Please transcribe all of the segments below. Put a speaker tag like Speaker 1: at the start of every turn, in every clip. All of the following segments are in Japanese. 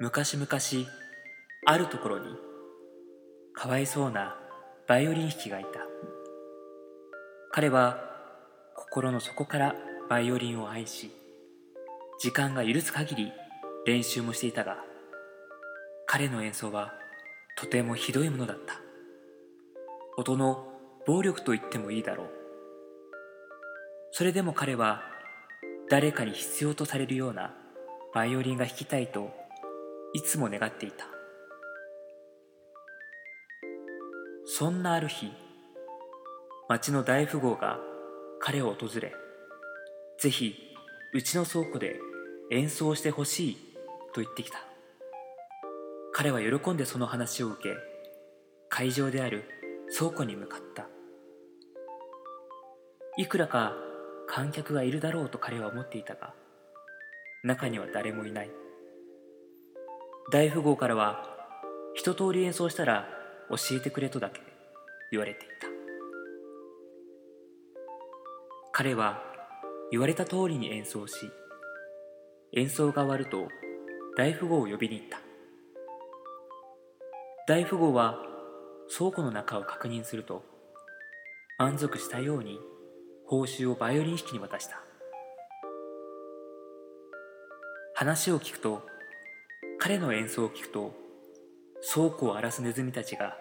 Speaker 1: 昔々あるところにかわいそうなバイオリン弾きがいた彼は心の底からバイオリンを愛し時間が許す限り練習もしていたが彼の演奏はとてもひどいものだった音の暴力と言ってもいいだろうそれでも彼は誰かに必要とされるようなバイオリンが弾きたいといつも願っていたそんなある日町の大富豪が彼を訪れぜひうちの倉庫で演奏してほしいと言ってきた彼は喜んでその話を受け会場である倉庫に向かったいくらか観客がいるだろうと彼は思っていたが中には誰もいない大富豪からは一通り演奏したら教えてくれとだけ言われていた彼は言われた通りに演奏し演奏が終わると大富豪を呼びに行った大富豪は倉庫の中を確認すると満足したように報酬をバイオリン弾きに渡した話を聞くと彼の演奏を聞くと倉庫を荒らすネズミたちが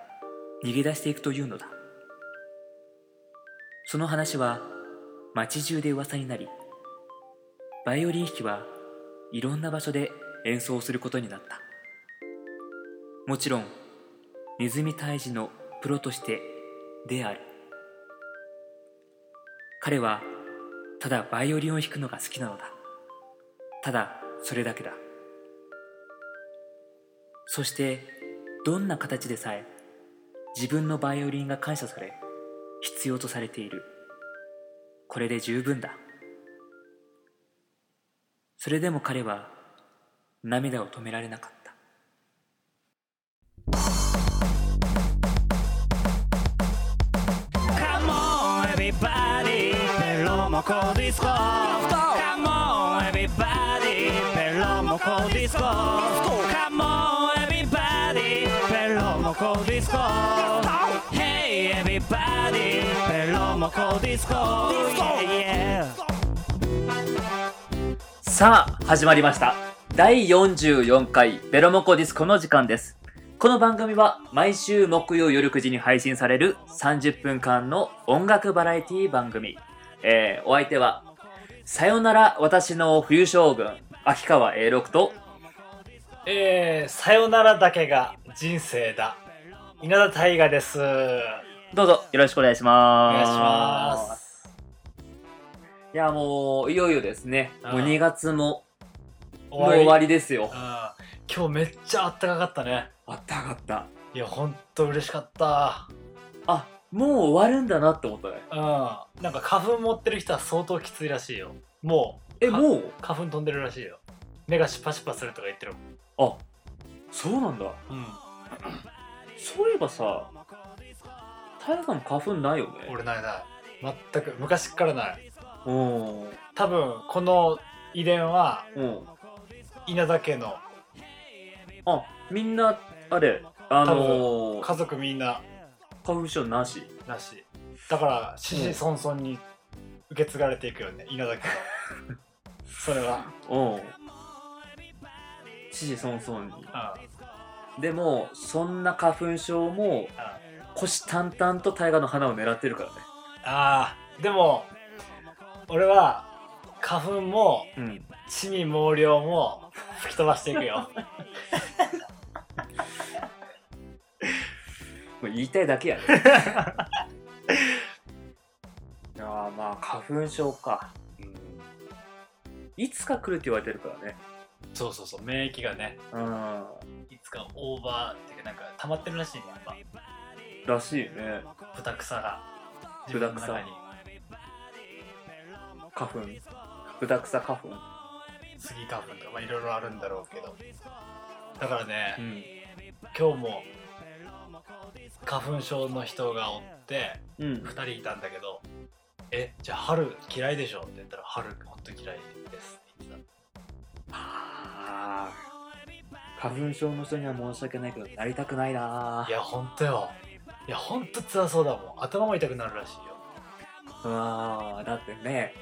Speaker 1: 逃げ出していくというのだその話は町中で噂になりバイオリン弾きはいろんな場所で演奏することになったもちろんネズミ退治のプロとしてである彼はただバイオリンを弾くのが好きなのだただそれだけだそしてどんな形でさえ自分のバイオリンが感謝され必要とされているこれで十分だそれでも彼は涙を止められなかった
Speaker 2: 「Come on everybody ベロモコディスコ」「Come on everybody ベロモコディスコ」「Come on everybody ベロモコディスコ」「Hey everybody ベロモコディスコ」Yeah, yeah.
Speaker 1: さあ、始まりました。第44回ベロモコディスコの時間です。この番組は毎週木曜夜9時に配信される30分間の音楽バラエティ番組。えー、お相手は、さよなら私の冬将軍、秋川栄六と、
Speaker 3: えー、さよならだけが人生だ稲田大我ですお願いし
Speaker 1: どうぞよろしくお願いします。。
Speaker 3: ますす
Speaker 1: いや、もう、いよいよですね。もう
Speaker 3: うん
Speaker 1: 2月も、もう
Speaker 3: 終
Speaker 1: 終
Speaker 3: わ
Speaker 1: わ
Speaker 3: り
Speaker 1: りですよ。
Speaker 3: うん今日めっちゃあったかかったね
Speaker 1: あったかった。
Speaker 3: いやほんと嬉しかった
Speaker 1: あ、もう終わるんだなって思ったね。
Speaker 3: うんなんか花粉持ってる人は相当きついらしいよもう
Speaker 1: え、
Speaker 3: か
Speaker 1: もう
Speaker 3: 花粉飛んでるらしいよ目がシュパシュパするとか言ってるもん
Speaker 1: あ、そうなんだ。
Speaker 3: う
Speaker 1: そういえばさ、タイガも花粉ないよね。
Speaker 3: ん俺ないない全く昔っからない
Speaker 1: うん。うん。
Speaker 3: 多分この遺伝は稲田家の
Speaker 1: あ、みんな、あれ、あのー、
Speaker 3: 家族みんな
Speaker 1: 花粉症なし。
Speaker 3: らしいだから子々孫々に受け継がれていくよね稲田家はそれは、
Speaker 1: うん。知事孫々に。
Speaker 3: うん
Speaker 1: でも、そんな花粉症も、虎視眈々とタイガの花を狙ってるからね。
Speaker 3: あーでも俺は花粉も
Speaker 1: うん。
Speaker 3: 地味毛量も吹き飛ばしていくよ
Speaker 1: もう言いたいだけやね。 いやーまあ、花粉症か。うん。いつか来るって言われてるからね。
Speaker 3: そうそうそう免疫がね
Speaker 1: うん。
Speaker 3: いつかオーバーっていうかなんか溜まってるらしいねやっぱ
Speaker 1: らしいね。
Speaker 3: 豚草が自
Speaker 1: 豚
Speaker 3: 分
Speaker 1: 草
Speaker 3: の中に
Speaker 1: 花粉豚草花粉
Speaker 3: スギ花粉とかまあいろいろあるんだろうけどだからね、
Speaker 1: ん
Speaker 3: 今日も花粉症の人がおって
Speaker 1: うん
Speaker 3: 2人いたんだけど「えじゃあ春嫌いでしょ?」って言ったら「春本当嫌いです」って言って
Speaker 1: あー花粉症の人には申し訳ないけどなりたくないない
Speaker 3: やほんとよいやほんと辛そうだもん頭も痛くなるらしいよ、
Speaker 1: あーだってね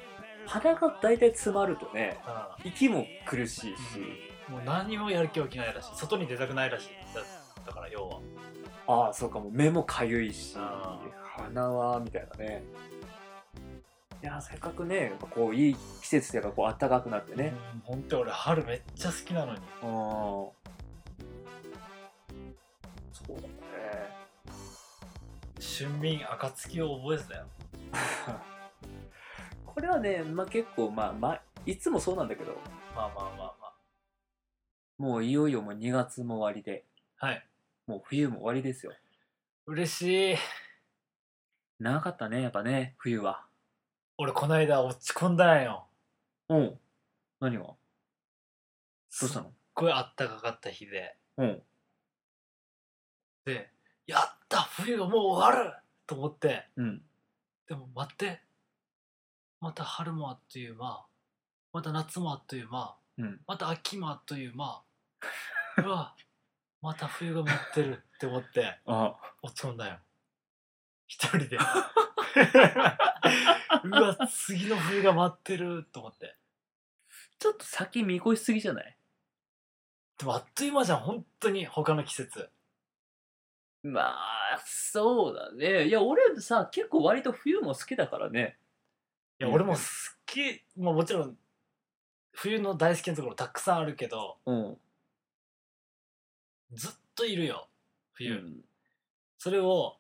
Speaker 1: 鼻が大体詰まるとね息も苦しいし、
Speaker 3: うん、もう何にもやる気起きないらしい外に出たくないらしいだだから要は
Speaker 1: ああそうかもう目もかゆいし
Speaker 3: あ
Speaker 1: 鼻はみたいなねいやせっかくねやっぱこういい季節というかこう暖かくなってね、
Speaker 3: うんほんと俺春めっちゃ好きなのに
Speaker 1: うん、そうだね
Speaker 3: 春眠暁を覚えずだよ
Speaker 1: これはね、まあ、結構まあ、まあ、いつもそうなんだけど
Speaker 3: まあまあまあま
Speaker 1: もういよいよもう2月も終わりで
Speaker 3: あはい
Speaker 1: もう冬も終わりですよ
Speaker 3: 嬉しい
Speaker 1: 長かったねやっぱね冬は
Speaker 3: 俺こないだ落ち込んだんよ
Speaker 1: うん何がどうし
Speaker 3: す
Speaker 1: た
Speaker 3: っ
Speaker 1: の
Speaker 3: ごいあったかかった日で
Speaker 1: うん
Speaker 3: でやった冬がもう終わると思って
Speaker 1: うん
Speaker 3: でも待ってまた春もあっという間また夏もあっという間
Speaker 1: うん
Speaker 3: また秋もあっという間うわまた冬が待ってるって思って
Speaker 1: あ
Speaker 3: 落ち込んだよ一人 でうわ次の冬が待ってると思って
Speaker 1: ちょっと先見越しすぎじゃない
Speaker 3: でもあっという間じゃん本当に他の季節
Speaker 1: まあそうだねいや俺さ結構割と冬も好きだからね
Speaker 3: いや俺も好き、まあ、もちろん冬の大好きなところたくさんあるけど
Speaker 1: うん
Speaker 3: ずっといるよ
Speaker 1: う
Speaker 3: 冬、
Speaker 1: ん
Speaker 3: それを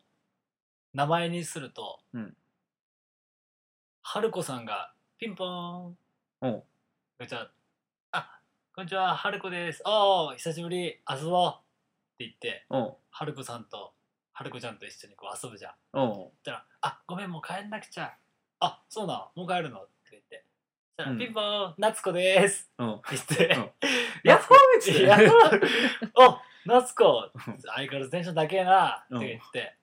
Speaker 3: 名前にすると、
Speaker 1: うん
Speaker 3: 春子さんがピンポーン
Speaker 1: うん
Speaker 3: こんにちはあこんにちは春子ですおお久しぶり遊ぼうって言って
Speaker 1: うん
Speaker 3: 春子さんと春子ちゃんと一緒にこう遊ぶじゃん
Speaker 1: うん
Speaker 3: そしたら「あごめんもう帰んなくちゃあそうなのもう帰るの」って言ってそしたら「
Speaker 1: うん
Speaker 3: ピンポーン夏子です」
Speaker 1: うん
Speaker 3: って言って
Speaker 1: うん
Speaker 3: 「
Speaker 1: やっほーっつって
Speaker 3: やっほー お夏子相変わらずテンションだけやな」って言って、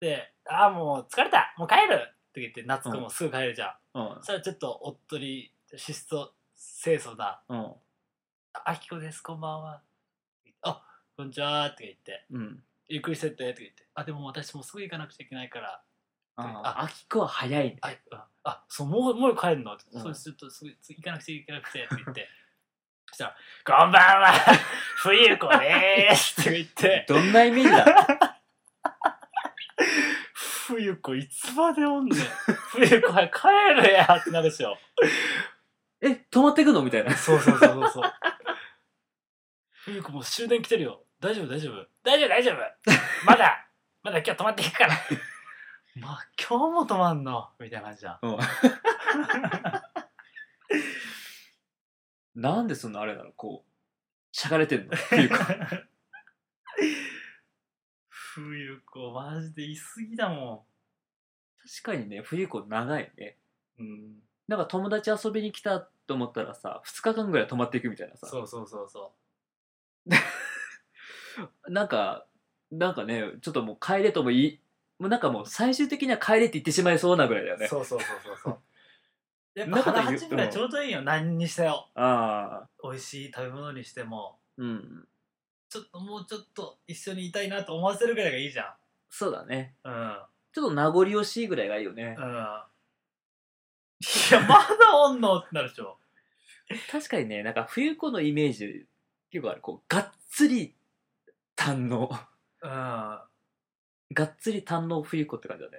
Speaker 3: で「あーもう疲れたもう帰る」って言って夏子もすぐ帰るじゃん、
Speaker 1: うん
Speaker 3: そしたらちょっとおっとり質素清楚な
Speaker 1: うん
Speaker 3: 「あきこですこんばんは」あこんにちは」って言って
Speaker 1: うん
Speaker 3: 「ゆっくりしてって」って言って「あでも私もすぐ行かなくちゃいけないから」
Speaker 1: あ秋子は早いね
Speaker 3: あああそうもうもう帰るの、
Speaker 1: うん
Speaker 3: そうちょっとすぐ行かなくていけなくてって言ってそしたら「こんばん は冬子でーす」って言って
Speaker 1: どんなイメージ だ
Speaker 3: 「冬子いつまでおんねん冬子早く帰るや」ってなるでしょ
Speaker 1: え泊まってくのみたいな
Speaker 3: そうそうそうそうそう冬子もう終電来てるよ大丈夫大丈夫大丈夫大丈夫まだまだ今日泊まっていく からまあ今日も泊まんのみたいな感じじゃん
Speaker 1: なんでそんなあれなのこうしゃがれてんのって いうか
Speaker 3: 冬子マジで言い過ぎだも
Speaker 1: 確かにね冬子長いね
Speaker 3: んうん
Speaker 1: なんか友達遊びに来たと思ったらさ2日間ぐらい泊まっていくみたいなさ
Speaker 3: そうそうそうそ
Speaker 1: なんかなんかねちょっともう帰れともいいもうなんかもう最終的には帰れって言ってしまいそうなぐらいだよ
Speaker 3: う、
Speaker 1: ね
Speaker 3: そうそうそうそう そうやっ
Speaker 1: な
Speaker 3: ぱ
Speaker 1: んか言
Speaker 3: 腹
Speaker 1: う
Speaker 3: 八分がちょうどいいよ何にしてよ
Speaker 1: ああ
Speaker 3: 美味しい食べ物にしても
Speaker 1: うん
Speaker 3: ちょっともうちょっと一緒にいたいなと思わせるぐらいがいいじゃ
Speaker 1: そうだね
Speaker 3: んうん
Speaker 1: ちょっと名残惜しいぐらいがいいよね
Speaker 3: うんいやまだおんのってなるでしょ
Speaker 1: 確かにねなんか冬子のイメージ結構あるこうがっつり堪能
Speaker 3: うんうんや
Speaker 1: がっつり堪能冬子って感じだね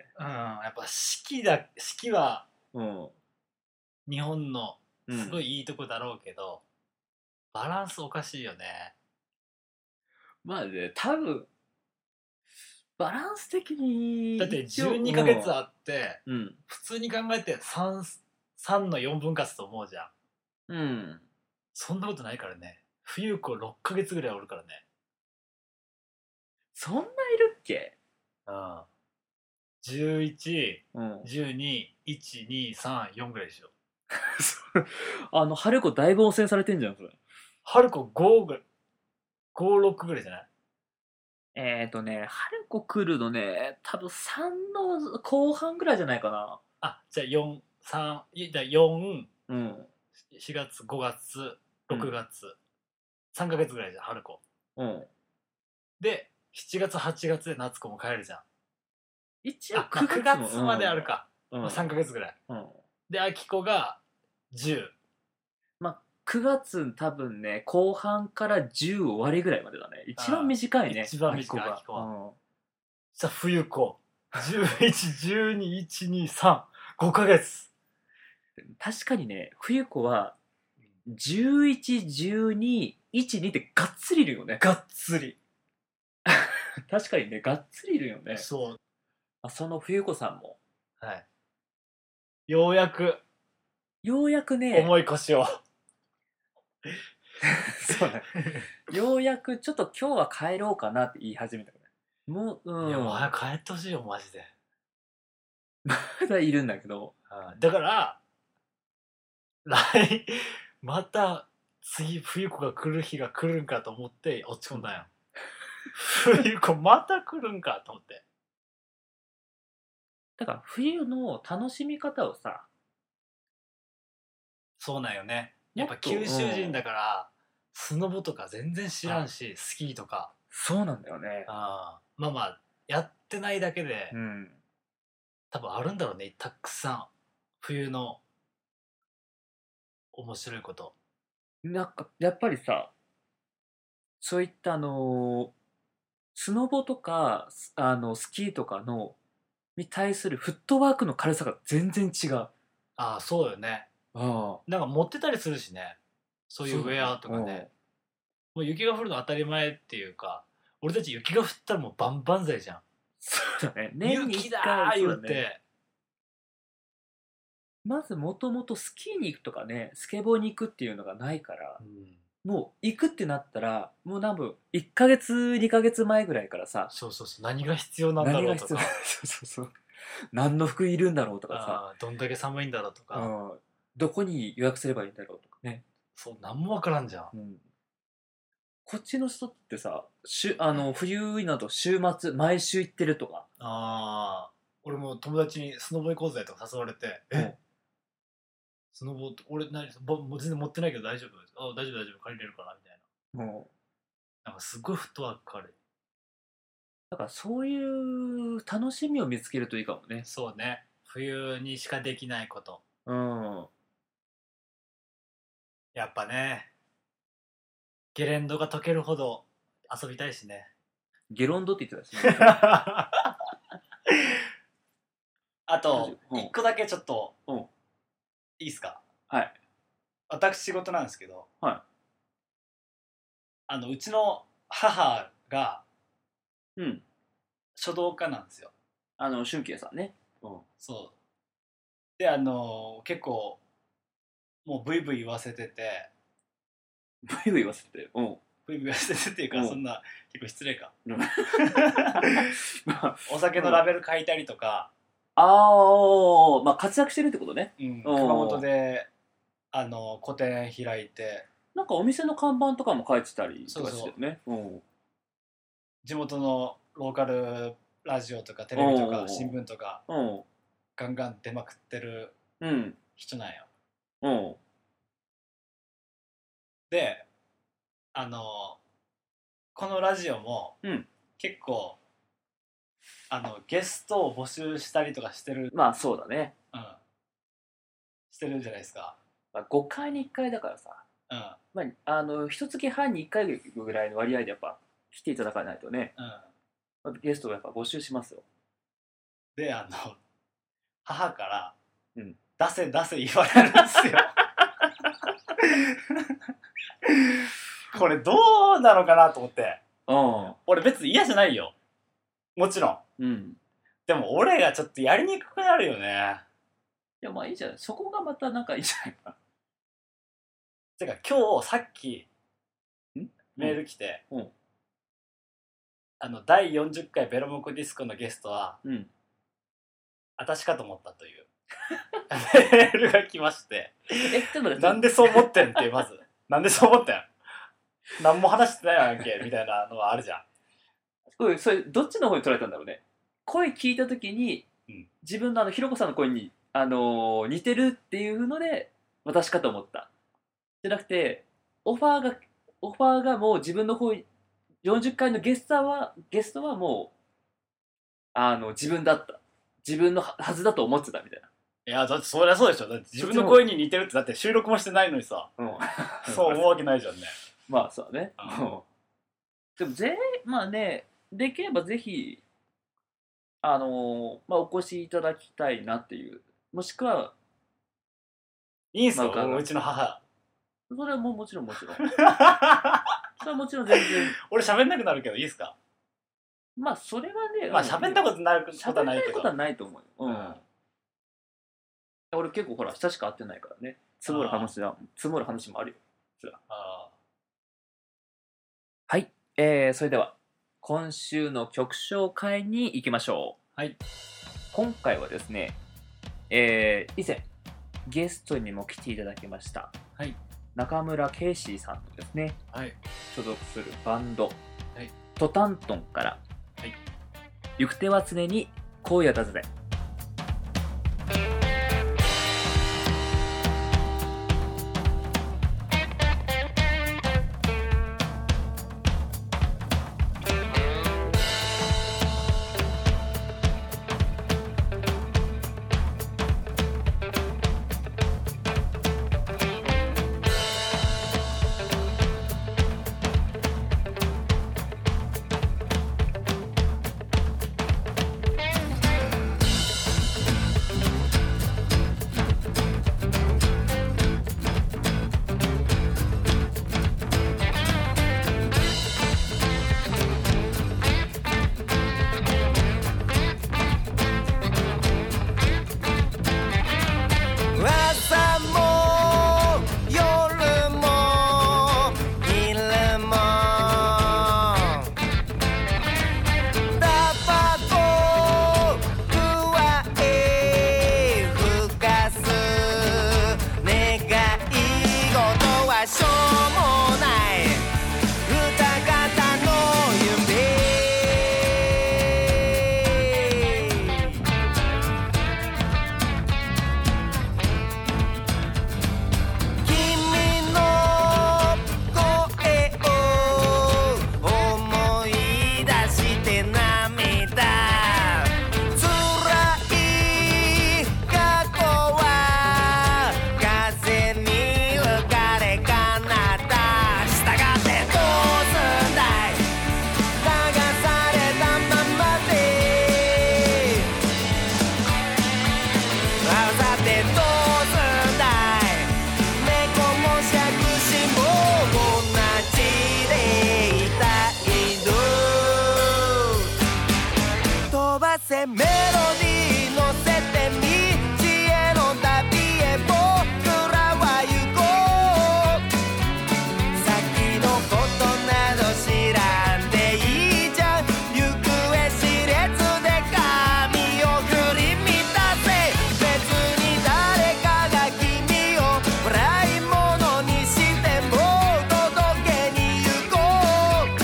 Speaker 3: っぱ四季だ四季は
Speaker 1: うん
Speaker 3: 日本の
Speaker 1: うん
Speaker 3: すごいいいとこだろうけど、バランスおかしいよね
Speaker 1: まあね多分バランス的に
Speaker 3: だって
Speaker 1: 一応
Speaker 3: 12ヶ月あって
Speaker 1: うん
Speaker 3: 普通に考えて 3, 3の4分割と思うじゃん
Speaker 1: うん
Speaker 3: そんなことないからね冬子6ヶ月ぐらいおるからね
Speaker 1: そんないるっけ
Speaker 3: うん111213
Speaker 1: うん
Speaker 3: 4ぐらいでしょ
Speaker 1: あの春子だいぶ汚染されてんじゃんそれ
Speaker 3: 春子5ぐらい56ぐらいじゃない
Speaker 1: えっ、ー、とね春子来るのね多分3の後半ぐらいじゃないかな
Speaker 3: あじゃあ4三じゃあ44
Speaker 1: うん
Speaker 3: 月5月6月、 3ヶ月ぐらいじゃん春子
Speaker 1: うん。
Speaker 3: で7月8月で夏子も帰るじゃん
Speaker 1: 一
Speaker 3: あ9月まである。か、
Speaker 1: うん。
Speaker 3: まあ、3ヶ月ぐらい
Speaker 1: うん。
Speaker 3: で秋子が10
Speaker 1: 9月多分ね、後半から10終わりぐらいまでだね。一番短いね。
Speaker 3: あー一番短い
Speaker 1: 秋
Speaker 3: 秋
Speaker 1: 子
Speaker 3: 子
Speaker 1: が
Speaker 3: は
Speaker 1: うん
Speaker 3: さあ冬子11121235ヶ月
Speaker 1: 確かにね、冬子は、11、12、12ってがっつりいるよね。
Speaker 3: がっつり、
Speaker 1: 確かにね、がっつりいるよね。
Speaker 3: そう
Speaker 1: あその冬子さんも、
Speaker 3: はいようやく
Speaker 1: ようやくね、
Speaker 3: 重い腰を、
Speaker 1: そう ね。ようやくちょっと今日は帰ろうかなって言い始めたからもう、うん、
Speaker 3: いやもう
Speaker 1: ま
Speaker 3: 早く帰ってほしいよマジで、
Speaker 1: だいるんだけど、
Speaker 3: うんだから来また次冬子が来る日が来るんかと思って落ち込 んだんよ冬子また来るんかと思って
Speaker 1: だから冬の楽しみ方をさ、
Speaker 3: そうなんよね
Speaker 1: も
Speaker 3: や
Speaker 1: っ
Speaker 3: っ
Speaker 1: と
Speaker 3: ぱ九州人だから、スノボとか全然知らんし、スキーとか、
Speaker 1: そうなんだよね。
Speaker 3: あーまあまあやってないだけで、
Speaker 1: うん。
Speaker 3: 多分あるんだろうねたくさん冬の面白いこと
Speaker 1: なんか、やっぱりさ、そういったあのースノボとか、スあの、スキーとかの、に対するフットワークの軽さが全然違う。あ
Speaker 3: ああそうよね
Speaker 1: あ。
Speaker 3: なんか持ってたりするしねそういうウェアとかねもう雪が降るの当たり前っていうか俺たち雪が降ったらもうバンバン剤じゃん
Speaker 1: そうだね。年に
Speaker 3: 雪
Speaker 1: 一
Speaker 3: だー
Speaker 1: 回
Speaker 3: 言
Speaker 1: そう
Speaker 3: っ
Speaker 1: だ
Speaker 3: て、
Speaker 1: ねまずもともとスキーに行くとかねスケボーに行くっていうのがないから
Speaker 3: うん
Speaker 1: もう行くってなったらもう多分1ヶ月2ヶ月前ぐらいからさ
Speaker 3: そうそうそう何が必要なんだ
Speaker 1: 何
Speaker 3: ろ
Speaker 1: が
Speaker 3: うと
Speaker 1: 必要
Speaker 3: か
Speaker 1: そうそうそう何の服いるんだろうとか
Speaker 3: あーどんだけ寒いんだろうと
Speaker 1: さ、
Speaker 3: か、
Speaker 1: うん、どこに予約すればいいんだろうとかね、
Speaker 3: そう何もわからんじゃん
Speaker 1: うん、こっちの人ってさ週あの冬など週末毎週行ってるとか
Speaker 3: ああ俺も友達にスノボ行こうぜとか誘われて「
Speaker 1: うん
Speaker 3: えスノボ俺何ぼもう全然持ってないけど大丈夫あ大丈夫大丈夫借りれるから」みたい
Speaker 1: もう
Speaker 3: ななんかすごいフットワーク軽い
Speaker 1: だからそういう楽しみを見つけるといいかもね
Speaker 3: そうね冬にしかできないこと
Speaker 1: うん
Speaker 3: やっぱねゲレンドが溶けるほど遊びたいしね
Speaker 1: ゲロンドって言ってたし ね
Speaker 3: あと
Speaker 1: うん
Speaker 4: 一個だけちょっと、
Speaker 1: うん
Speaker 4: いいですか
Speaker 1: はい
Speaker 4: 私事なんですけど、
Speaker 1: はい
Speaker 4: あのうちの母が
Speaker 1: うん
Speaker 4: 書道家なんですよ
Speaker 1: あの俊慶さんね
Speaker 4: そうであの結構もうブイブイ言わせてて
Speaker 1: ブイブイ言わせてうん
Speaker 4: ブイブイ言わせててっていうか、
Speaker 1: うん
Speaker 4: そんな結構失礼か
Speaker 1: まあ
Speaker 4: お酒のラベル書いたりとか、
Speaker 1: あー、まあ活躍してるってことね。
Speaker 4: うん熊本であの個展開いて
Speaker 1: なんかお店の看板とかも書いてたりとか
Speaker 4: そう
Speaker 1: し
Speaker 4: そ
Speaker 1: て
Speaker 4: う
Speaker 1: るね。うん
Speaker 4: 地元のローカルラジオとかテレビと
Speaker 1: おうおうお
Speaker 4: か
Speaker 1: う
Speaker 4: 新聞とか
Speaker 1: うん。
Speaker 4: ガンガン出まくってる
Speaker 1: うん。
Speaker 4: 人なんよ
Speaker 1: うん。
Speaker 4: であのこのラジオも
Speaker 1: うん
Speaker 4: 結構、あのゲストを募集したりとかしてる、
Speaker 1: まあそうだね。
Speaker 4: うん、してるじゃないですか、
Speaker 1: まあ、5回に1回だからさ。
Speaker 4: うん
Speaker 1: まあ、あの、一月半に1回ぐらいの割合でやっぱ来ていただかないとね、
Speaker 4: うん、
Speaker 1: まあゲストをやっぱ募集しますよ。
Speaker 4: であの母から「
Speaker 1: うん
Speaker 4: 出せ出せ」言われるんです よこれどうなのかなと思って
Speaker 1: う
Speaker 4: 俺別に嫌じゃないよもちろん
Speaker 1: ん。うん。
Speaker 4: でも俺がちょっとやりにくくなるよね
Speaker 1: いやまあいいじゃない。そこがまたなんかいいじゃないか
Speaker 4: てか今日さっき
Speaker 1: ん
Speaker 4: メール来て、
Speaker 1: うん
Speaker 4: あの第40回ベロモコディスコのゲストは
Speaker 1: な。うん。
Speaker 4: 私かと思ったと いうメールが来まして
Speaker 1: え、ちょっと待って
Speaker 4: なんでそう思ってんっていうまずなんでそう思ってん何も話してないやんけみたいなのはあるじゃん
Speaker 1: うん、それどっちの方に取られたんだろうね声聞いた時に、
Speaker 4: うん
Speaker 1: 自分のあのひろこさんの声に、あのー似てるっていうので私かと思ったじゃなくてオファーがオファーがもう自分の方40回のゲストはゲストはもうあの自分だった自分のははずだと思ってたみたい
Speaker 3: いやだってそりゃそうでしょだって自分の声に似てるってだって収録もしてないのにさ
Speaker 1: な、うん、
Speaker 3: そう思うわけないじゃんね
Speaker 1: まあそうね、
Speaker 3: うん
Speaker 1: うんでもぜまあねできればぜひあのーまあ、お越しいただきたいなっていうもしくはい
Speaker 3: いんすよ
Speaker 1: まあ
Speaker 3: うちの母
Speaker 1: それはもうもちろんもち ろんそれはもちろん全然
Speaker 3: 俺喋んなくなるけどいいですか
Speaker 1: まあそれはね
Speaker 3: まあ喋ったことなること
Speaker 1: 喋
Speaker 3: は
Speaker 1: ん
Speaker 3: な
Speaker 1: ないい
Speaker 3: け
Speaker 1: こ
Speaker 3: ど
Speaker 1: とはないと思うよ、うん
Speaker 3: うん
Speaker 1: 俺結構ほら親しく会ってないからね積もる話だ積もる話もあるよ
Speaker 3: あ
Speaker 1: はい、えー、それでは今週の曲紹介に行きましょう
Speaker 3: はい
Speaker 1: 今回はですねえー、以前ゲストにも来ていただきました、
Speaker 3: はい、
Speaker 1: 中村圭司さんのですね
Speaker 3: ーはい
Speaker 1: 所属するバンド、
Speaker 3: はい
Speaker 1: トタントンから、
Speaker 3: はい
Speaker 1: 行く手は常に荒野だぜ
Speaker 2: 朝も夜も昼もタバコ加えふかす願い事はしょうもない歌方の夢君の声を思い出して涙辛い過去は風に浮かれ奏った従ってどうすんだい流されたままで合わさってどうすんだい「猫も杓子も同じでいたい」の飛ばせメロディー乗せて道への旅へ僕らは行こう」「先のことなど知らんでいいじゃん」「行方知れずで髪を振り乱せ」「別に誰かが君を笑い物にしても届けに行こう」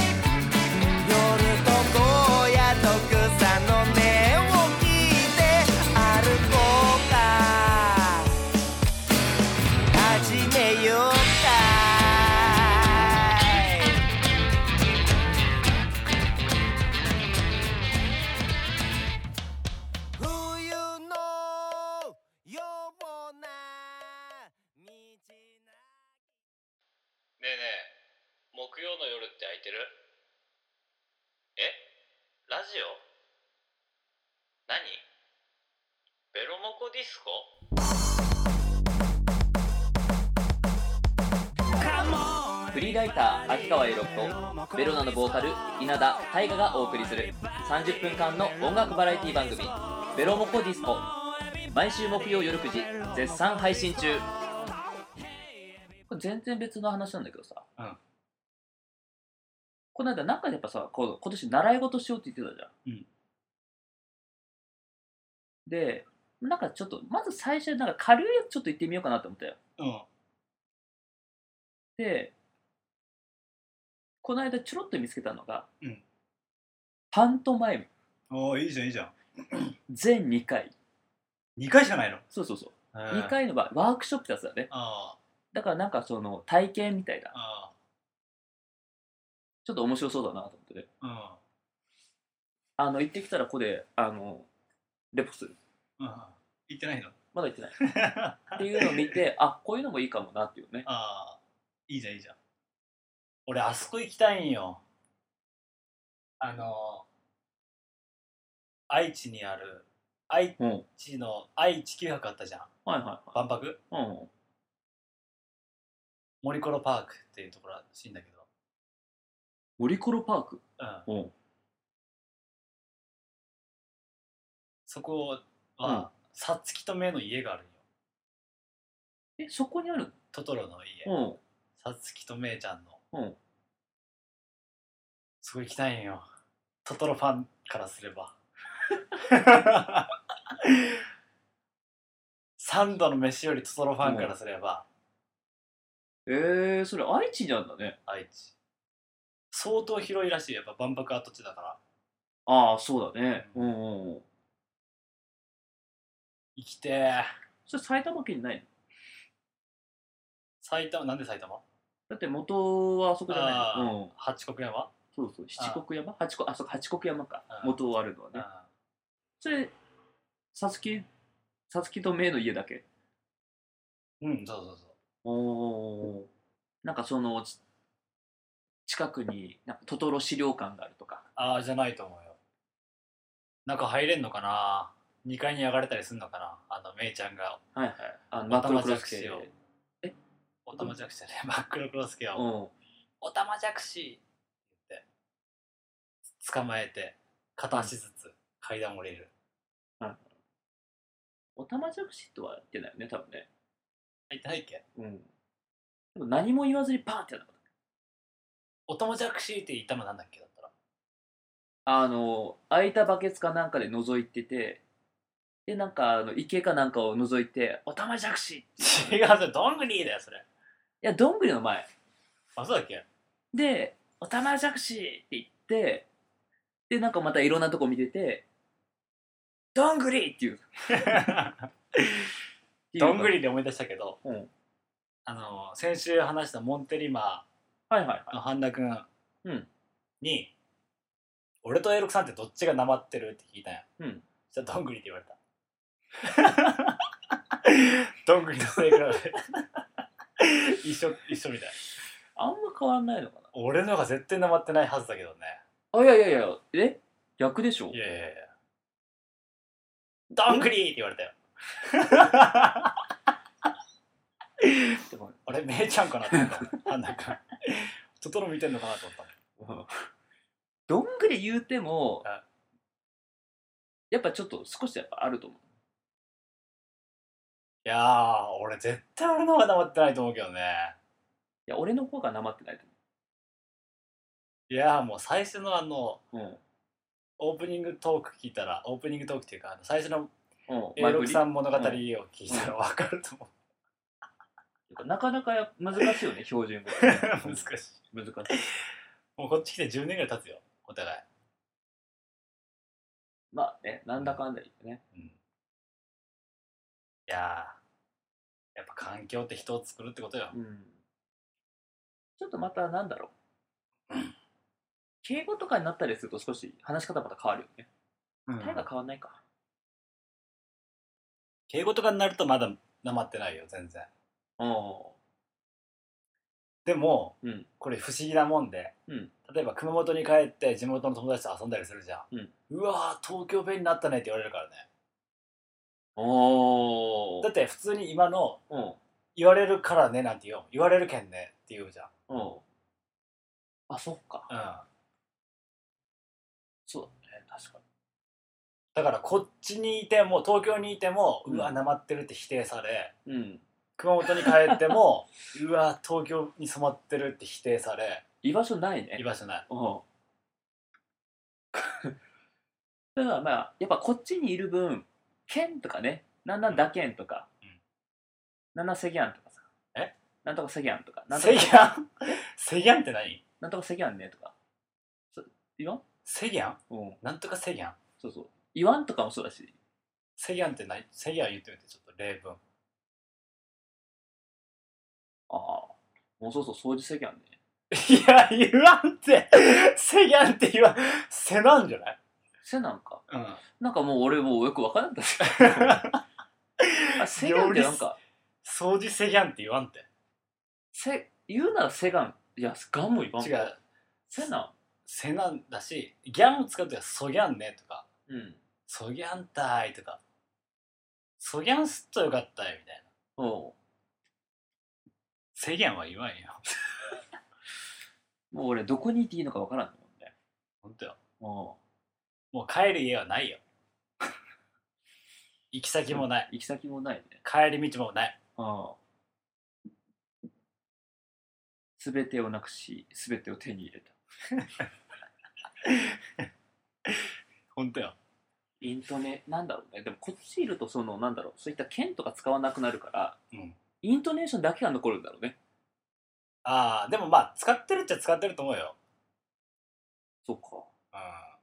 Speaker 2: 夜と荒野と草の音を聞いて歩こうか始めようかい冬のような道な
Speaker 5: ねえねえ木曜の夜って空いてるえラジオ何ベロモコディスコ
Speaker 1: フリーライター秋川栄六とベロナのボーカル稲田大我がお送りする30分間の音楽バラエティ番組「ベロモコディスコ」毎週木曜夜9時絶賛配信中これ全然別の話なんだけどさ、
Speaker 3: うん
Speaker 1: この間なんかやっぱさこう今年習い事しようって言ってたじゃん、
Speaker 3: うん
Speaker 1: でなんかちょっとまず最初になんか軽いやつちょっと行ってみようかなと思ったよ
Speaker 3: うん
Speaker 1: でこの間ちょろっと見つけたのが、
Speaker 3: うん
Speaker 1: パントマイム
Speaker 3: おーいいじゃんいいじゃん
Speaker 1: 全2回
Speaker 3: 2回しかないの
Speaker 1: そうそうそう、
Speaker 3: 二
Speaker 1: 2回の場合ワークショップってやつだね
Speaker 3: あ
Speaker 1: だからなんかその体験みたいな
Speaker 3: ああ
Speaker 1: ちょっと面白そうだなと思ってね。
Speaker 3: うん
Speaker 1: あの、行ってきたらここで、あの、レポする。
Speaker 3: うん行ってないの
Speaker 1: まだ行ってない。
Speaker 3: あ
Speaker 1: っていうのを見て、 あ、こういうのもいいかもなっていうね。
Speaker 3: あいいじゃんいいじゃん俺あそこ行きたいんよあの愛知にある愛
Speaker 1: うん。はい
Speaker 3: 知の愛地球博あったじゃん
Speaker 1: はい
Speaker 3: 万博
Speaker 1: はい。うん。
Speaker 3: 森コロパークっていうところらしいんだけど
Speaker 1: 森コロパーク。
Speaker 3: うん
Speaker 1: うん。
Speaker 3: そこ
Speaker 1: うん
Speaker 3: はさつきとめの家があるんよ
Speaker 1: え、そこにある
Speaker 3: トトロの家
Speaker 1: の
Speaker 3: さつきとめいちゃん
Speaker 1: う
Speaker 3: の
Speaker 1: ん
Speaker 3: すごい行きたいんよトトロファンからすれば三度の飯よりトトロファンからすれば
Speaker 1: うん。えー、それ愛知にあるんだね。
Speaker 3: 愛知相当広いらしいやっぱ万博跡地だから
Speaker 1: ああ、そうだね。うんうんうん。
Speaker 3: 行きてえ
Speaker 1: それ埼玉県にないの
Speaker 3: 埼玉なんで埼玉
Speaker 1: だって元はあそこじゃないの。うん。
Speaker 3: 八国山
Speaker 1: そうそう。七国山八国、あ、そうか、八国山か
Speaker 3: あ。ー
Speaker 1: 元はあるのは
Speaker 3: うん
Speaker 1: ね。それ、さつき、さつきとめいの家だけ。
Speaker 3: うんそうそうそう
Speaker 1: おーなんかそのち近くになんかトトロ資料館があるとか
Speaker 3: ああじゃないと思うよ中入れんのかな2階に上がれたりすんのかなあのめいちゃんが
Speaker 1: はいはいあの
Speaker 3: ま
Speaker 1: マ
Speaker 3: た
Speaker 1: クロクロ
Speaker 3: 弱
Speaker 1: ス系
Speaker 3: 視を
Speaker 1: で
Speaker 3: おたまじゃくしじゃねえマッ クロクロスケ
Speaker 1: う
Speaker 3: を
Speaker 1: ん
Speaker 3: 「おたまじゃくし!」って捕まえて片足ずつ階段降りる
Speaker 1: おたまじゃくしとは言ってないよね多分ね
Speaker 3: 入ってないっけ
Speaker 1: うん多分何も言わずにパーンってやった
Speaker 3: おたまじゃくしって言ったのなんだっけだったら
Speaker 1: あの空いたバケツかなんかで覗いててでなんかあの池かなんかを覗いて「おたまじゃくし!」い
Speaker 3: 違うそれどんぐりだよそれ
Speaker 1: やどんぐりの前
Speaker 3: あそうだっけ
Speaker 1: で「おたまじゃくし!」って言ってでなんかまたいろんなとこ見てて「どんぐり!」って いう
Speaker 3: どんぐりで思い出したけど、
Speaker 1: うん
Speaker 3: あの先週話したモンテリマ
Speaker 1: はいはいはい。
Speaker 3: の半田君
Speaker 1: うん
Speaker 3: に、俺とエロクさんってどっちがなまってるって聞いたんや、
Speaker 1: うん
Speaker 3: そしたらどんぐりって言われた どんぐりの性格で一緒一緒みたい
Speaker 1: あんま変わんないのか
Speaker 3: 俺の方が絶対なまってないはずだけどね
Speaker 1: なあ、いやいやいや、え逆でしょ
Speaker 3: いやいやいやどんぐりって言われたよあれめいちゃんかなと思った 半田君トトロ見てんのかなと思った
Speaker 1: どんぐり言うても
Speaker 3: あ、
Speaker 1: やっぱちょっと少しやっぱあると思う。
Speaker 3: いやー、俺絶対俺の方が黙ってないと思うけどね。
Speaker 1: いや、俺の方がなまってないと
Speaker 3: いやー、もう最初のあの、
Speaker 1: 思
Speaker 3: オープニングトーク聞いたら、オープニングトークっていうか、あの最初の
Speaker 1: う。うん。うん、前振り
Speaker 3: A63 物語を聞いたら分かると思
Speaker 1: なかなかや難しいよね、標準語
Speaker 3: う。
Speaker 1: がね、
Speaker 3: 難しい。
Speaker 1: 難しい。
Speaker 3: もうこっち来て10年ぐらい経つよ、お互い。
Speaker 1: まあね、なんだかんだ言ってね。
Speaker 3: うん。いやー、やっぱ環境って人を作るってことよ。
Speaker 1: うん。ちょっとまたなんだろう。敬語とかになったりすると少し話し方また変わるよね。態が変わんないか。
Speaker 3: 敬語とかになるとまだ黙ってないよ、全然。
Speaker 1: うん。
Speaker 3: でも、
Speaker 1: うん
Speaker 3: これ不思議なもんで、
Speaker 1: うん
Speaker 3: 例えば熊本に帰って地元の友達と遊んだりするじゃん、
Speaker 1: うん
Speaker 3: わー東京弁になったねって言われるからね
Speaker 1: お
Speaker 3: だって普通に今の
Speaker 1: うん。
Speaker 3: 言われるからねなんて言おう言われるけんねって言うじゃん
Speaker 1: うん。あ、そっか。
Speaker 3: うん
Speaker 1: そうだね、確か
Speaker 3: だからこっちにいても東京にいても、
Speaker 1: う
Speaker 3: うんわなまってるって否定され
Speaker 1: に。うん。
Speaker 3: 熊本に帰っ てもうわ東京に染まってるって否定され
Speaker 1: 居場所ないね
Speaker 3: 居。場所ない
Speaker 1: うん。 だからまあ、やっぱこっちにいる分、県とかね、なんなんだ県とか、
Speaker 3: うん
Speaker 1: なんなんせぎゃんとかさ、
Speaker 3: え
Speaker 1: なんとかせぎゃんとか、なんと
Speaker 3: セ
Speaker 1: か
Speaker 3: ギャンセギャンって何
Speaker 1: なんとかせぎゃんねとか、そ言わん
Speaker 3: セギャン
Speaker 1: うん。
Speaker 3: なんとかセギャン
Speaker 1: そうそう。言わんとかもそうだし、
Speaker 3: セギャンって何セギャン言ってみてちょっと例文
Speaker 1: ああ、もうそうそう、掃除せぎゃんね。
Speaker 3: いや、言わんって、せやんって言わん、せなんじゃない
Speaker 1: 背なんか。
Speaker 3: うん。
Speaker 1: なんかもう俺もうよくわからんかった。あ、セガンってなんか、
Speaker 3: 掃除せやんって言わんって。
Speaker 1: せ、言うならセガン。いや、ガンも言わんもん。
Speaker 3: 違う。
Speaker 1: セナ
Speaker 3: せなんだし、ギャンを使うときは、そぎゃんねとか、
Speaker 1: ン。うん。
Speaker 3: そぎゃんたーいとか、そぎゃんすっとよかったよみたいな。
Speaker 1: も
Speaker 3: せぎゃんは言わんよ。
Speaker 1: う、もう俺どこにいていいのかわからんもんね。
Speaker 3: ほんとよ。
Speaker 1: も、。
Speaker 3: もう帰る家はないよ。 行き先もないう
Speaker 1: 行き先もないね。
Speaker 3: 帰り道もない。
Speaker 1: ああ。すべてをなくし、すべてを手に入れた。
Speaker 3: ほんとよ。
Speaker 1: イントネ、なんだろうね。でもこっちいると、その、なんだろう、そういった剣とか使わなくなるから、
Speaker 3: うん
Speaker 1: イントネーションだけが残るんだろうね。
Speaker 3: ああ、でもまあ、使ってるっちゃ使ってると思うよ。
Speaker 1: そうか。
Speaker 3: うん。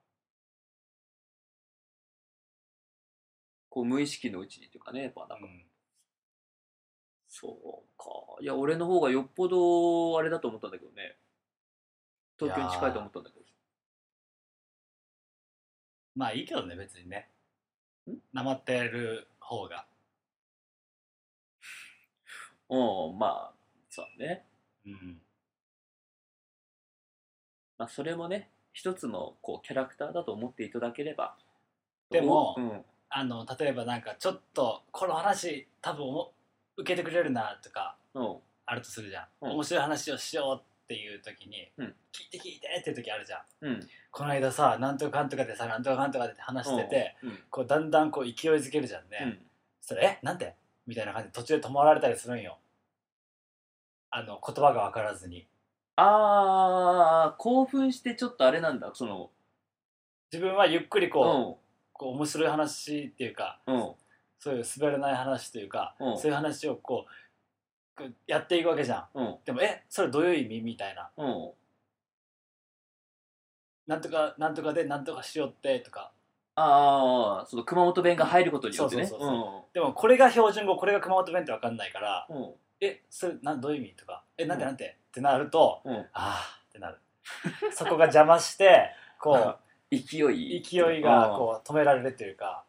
Speaker 1: こう無意識のうちにというかね、やっぱなんか
Speaker 3: うん
Speaker 1: そうか。いや、俺の方がよっぽどあれだと思ったんだけどね。東京に近いと思ったんだけど。
Speaker 3: まあいいけどね、別にね
Speaker 1: ん。
Speaker 3: なまってる方が。
Speaker 1: うん、まあ、そうだね。
Speaker 3: うん。
Speaker 1: まあ、それもね、一つのこうキャラクターだと思っていただければ。
Speaker 3: でも
Speaker 1: うん、
Speaker 3: あの、例えばなんか、ちょっと、この話、多分おも受けてくれるな、とか、
Speaker 1: うん、
Speaker 3: あるとするじゃん。
Speaker 1: うん
Speaker 3: 面白い話をしようっていう時に、
Speaker 1: うん
Speaker 3: 聞いて聞いてっていう時あるじゃん。
Speaker 1: うん、
Speaker 3: この間さ、なんとかかんとかでさ、なんとかかんとかでって話してて、
Speaker 1: うん、
Speaker 3: こう、だんだんこう、勢いづけるじゃんね。
Speaker 1: うん。
Speaker 3: それ、えなんでみたいな感じで途中で止まられたりするんよ。あの、言葉が分からずに。
Speaker 1: あー、興奮してちょっとあれなんだ、その、
Speaker 3: 自分はゆっくりこう、
Speaker 1: う
Speaker 3: こう面白い話っていうか
Speaker 1: ん、うん、
Speaker 3: そういう滑らない話というか、
Speaker 1: うん
Speaker 3: そういう話をこうこうやっていくわけじゃん
Speaker 1: うん、
Speaker 3: でもえそれどういう意味みたいな
Speaker 1: うん。
Speaker 3: なんとかなんとかでなんとかしようってとか
Speaker 1: あー、その熊本弁が入ることによってね。
Speaker 3: そうそうでもこれが標準語これが熊本弁って分かんないから
Speaker 1: うん、うん、
Speaker 3: えそれなんどういう意味とかえなんて
Speaker 1: うん
Speaker 3: なんて、ってなると、
Speaker 1: うん
Speaker 3: あーってなる そこが邪魔してこ
Speaker 1: 勢
Speaker 3: う
Speaker 1: い。
Speaker 3: 勢いがこう止められるというか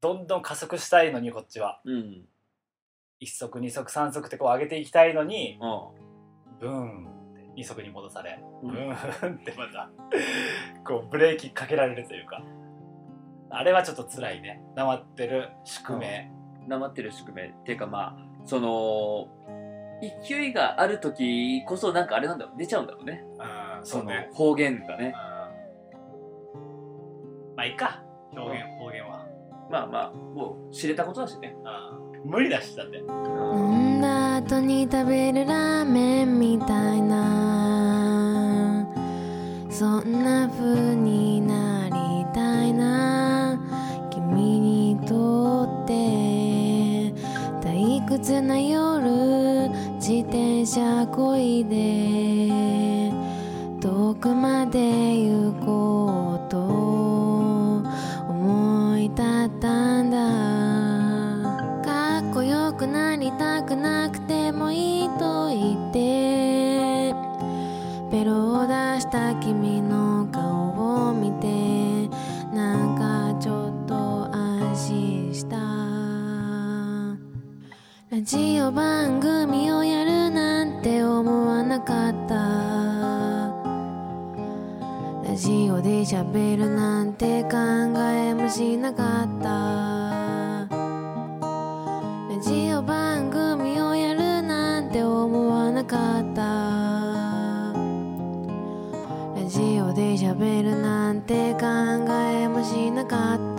Speaker 3: どんどん加速したいのにこっちは
Speaker 1: うん。うん、
Speaker 3: 一足二足三足ってこう上げていきたいのに、
Speaker 1: うん。
Speaker 3: ブーンって二足に戻され、
Speaker 1: うん
Speaker 3: ブーンってまた こうブレーキかけられるというかあれはちょっと辛いねなまってる宿命
Speaker 1: なまってる宿命っていうかまあその勢いがある時こそなんかあれなんだろう出ちゃうんだろうね
Speaker 3: うん、
Speaker 1: の方言が
Speaker 3: うん
Speaker 1: ね
Speaker 3: まあいいか表現方言は、
Speaker 1: まあまあもう知れたことだしね
Speaker 3: うん、無理だしだって
Speaker 5: 飲んだ後に食べるラーメンみたいなそんな風になりたいな君にとって退屈な夜自転車こいで遠くまで行こうと思い立ったんだかっこよくなりたくなくてもいいと言ってベロを出した君の顔を見てなんかちょっと安心したラジオ番組をやるなんて思わなかったラジオで喋るなんて考えもしなかったラジオ番組をやるなんて思わなかったラジオで喋るなんて考えもしなかっ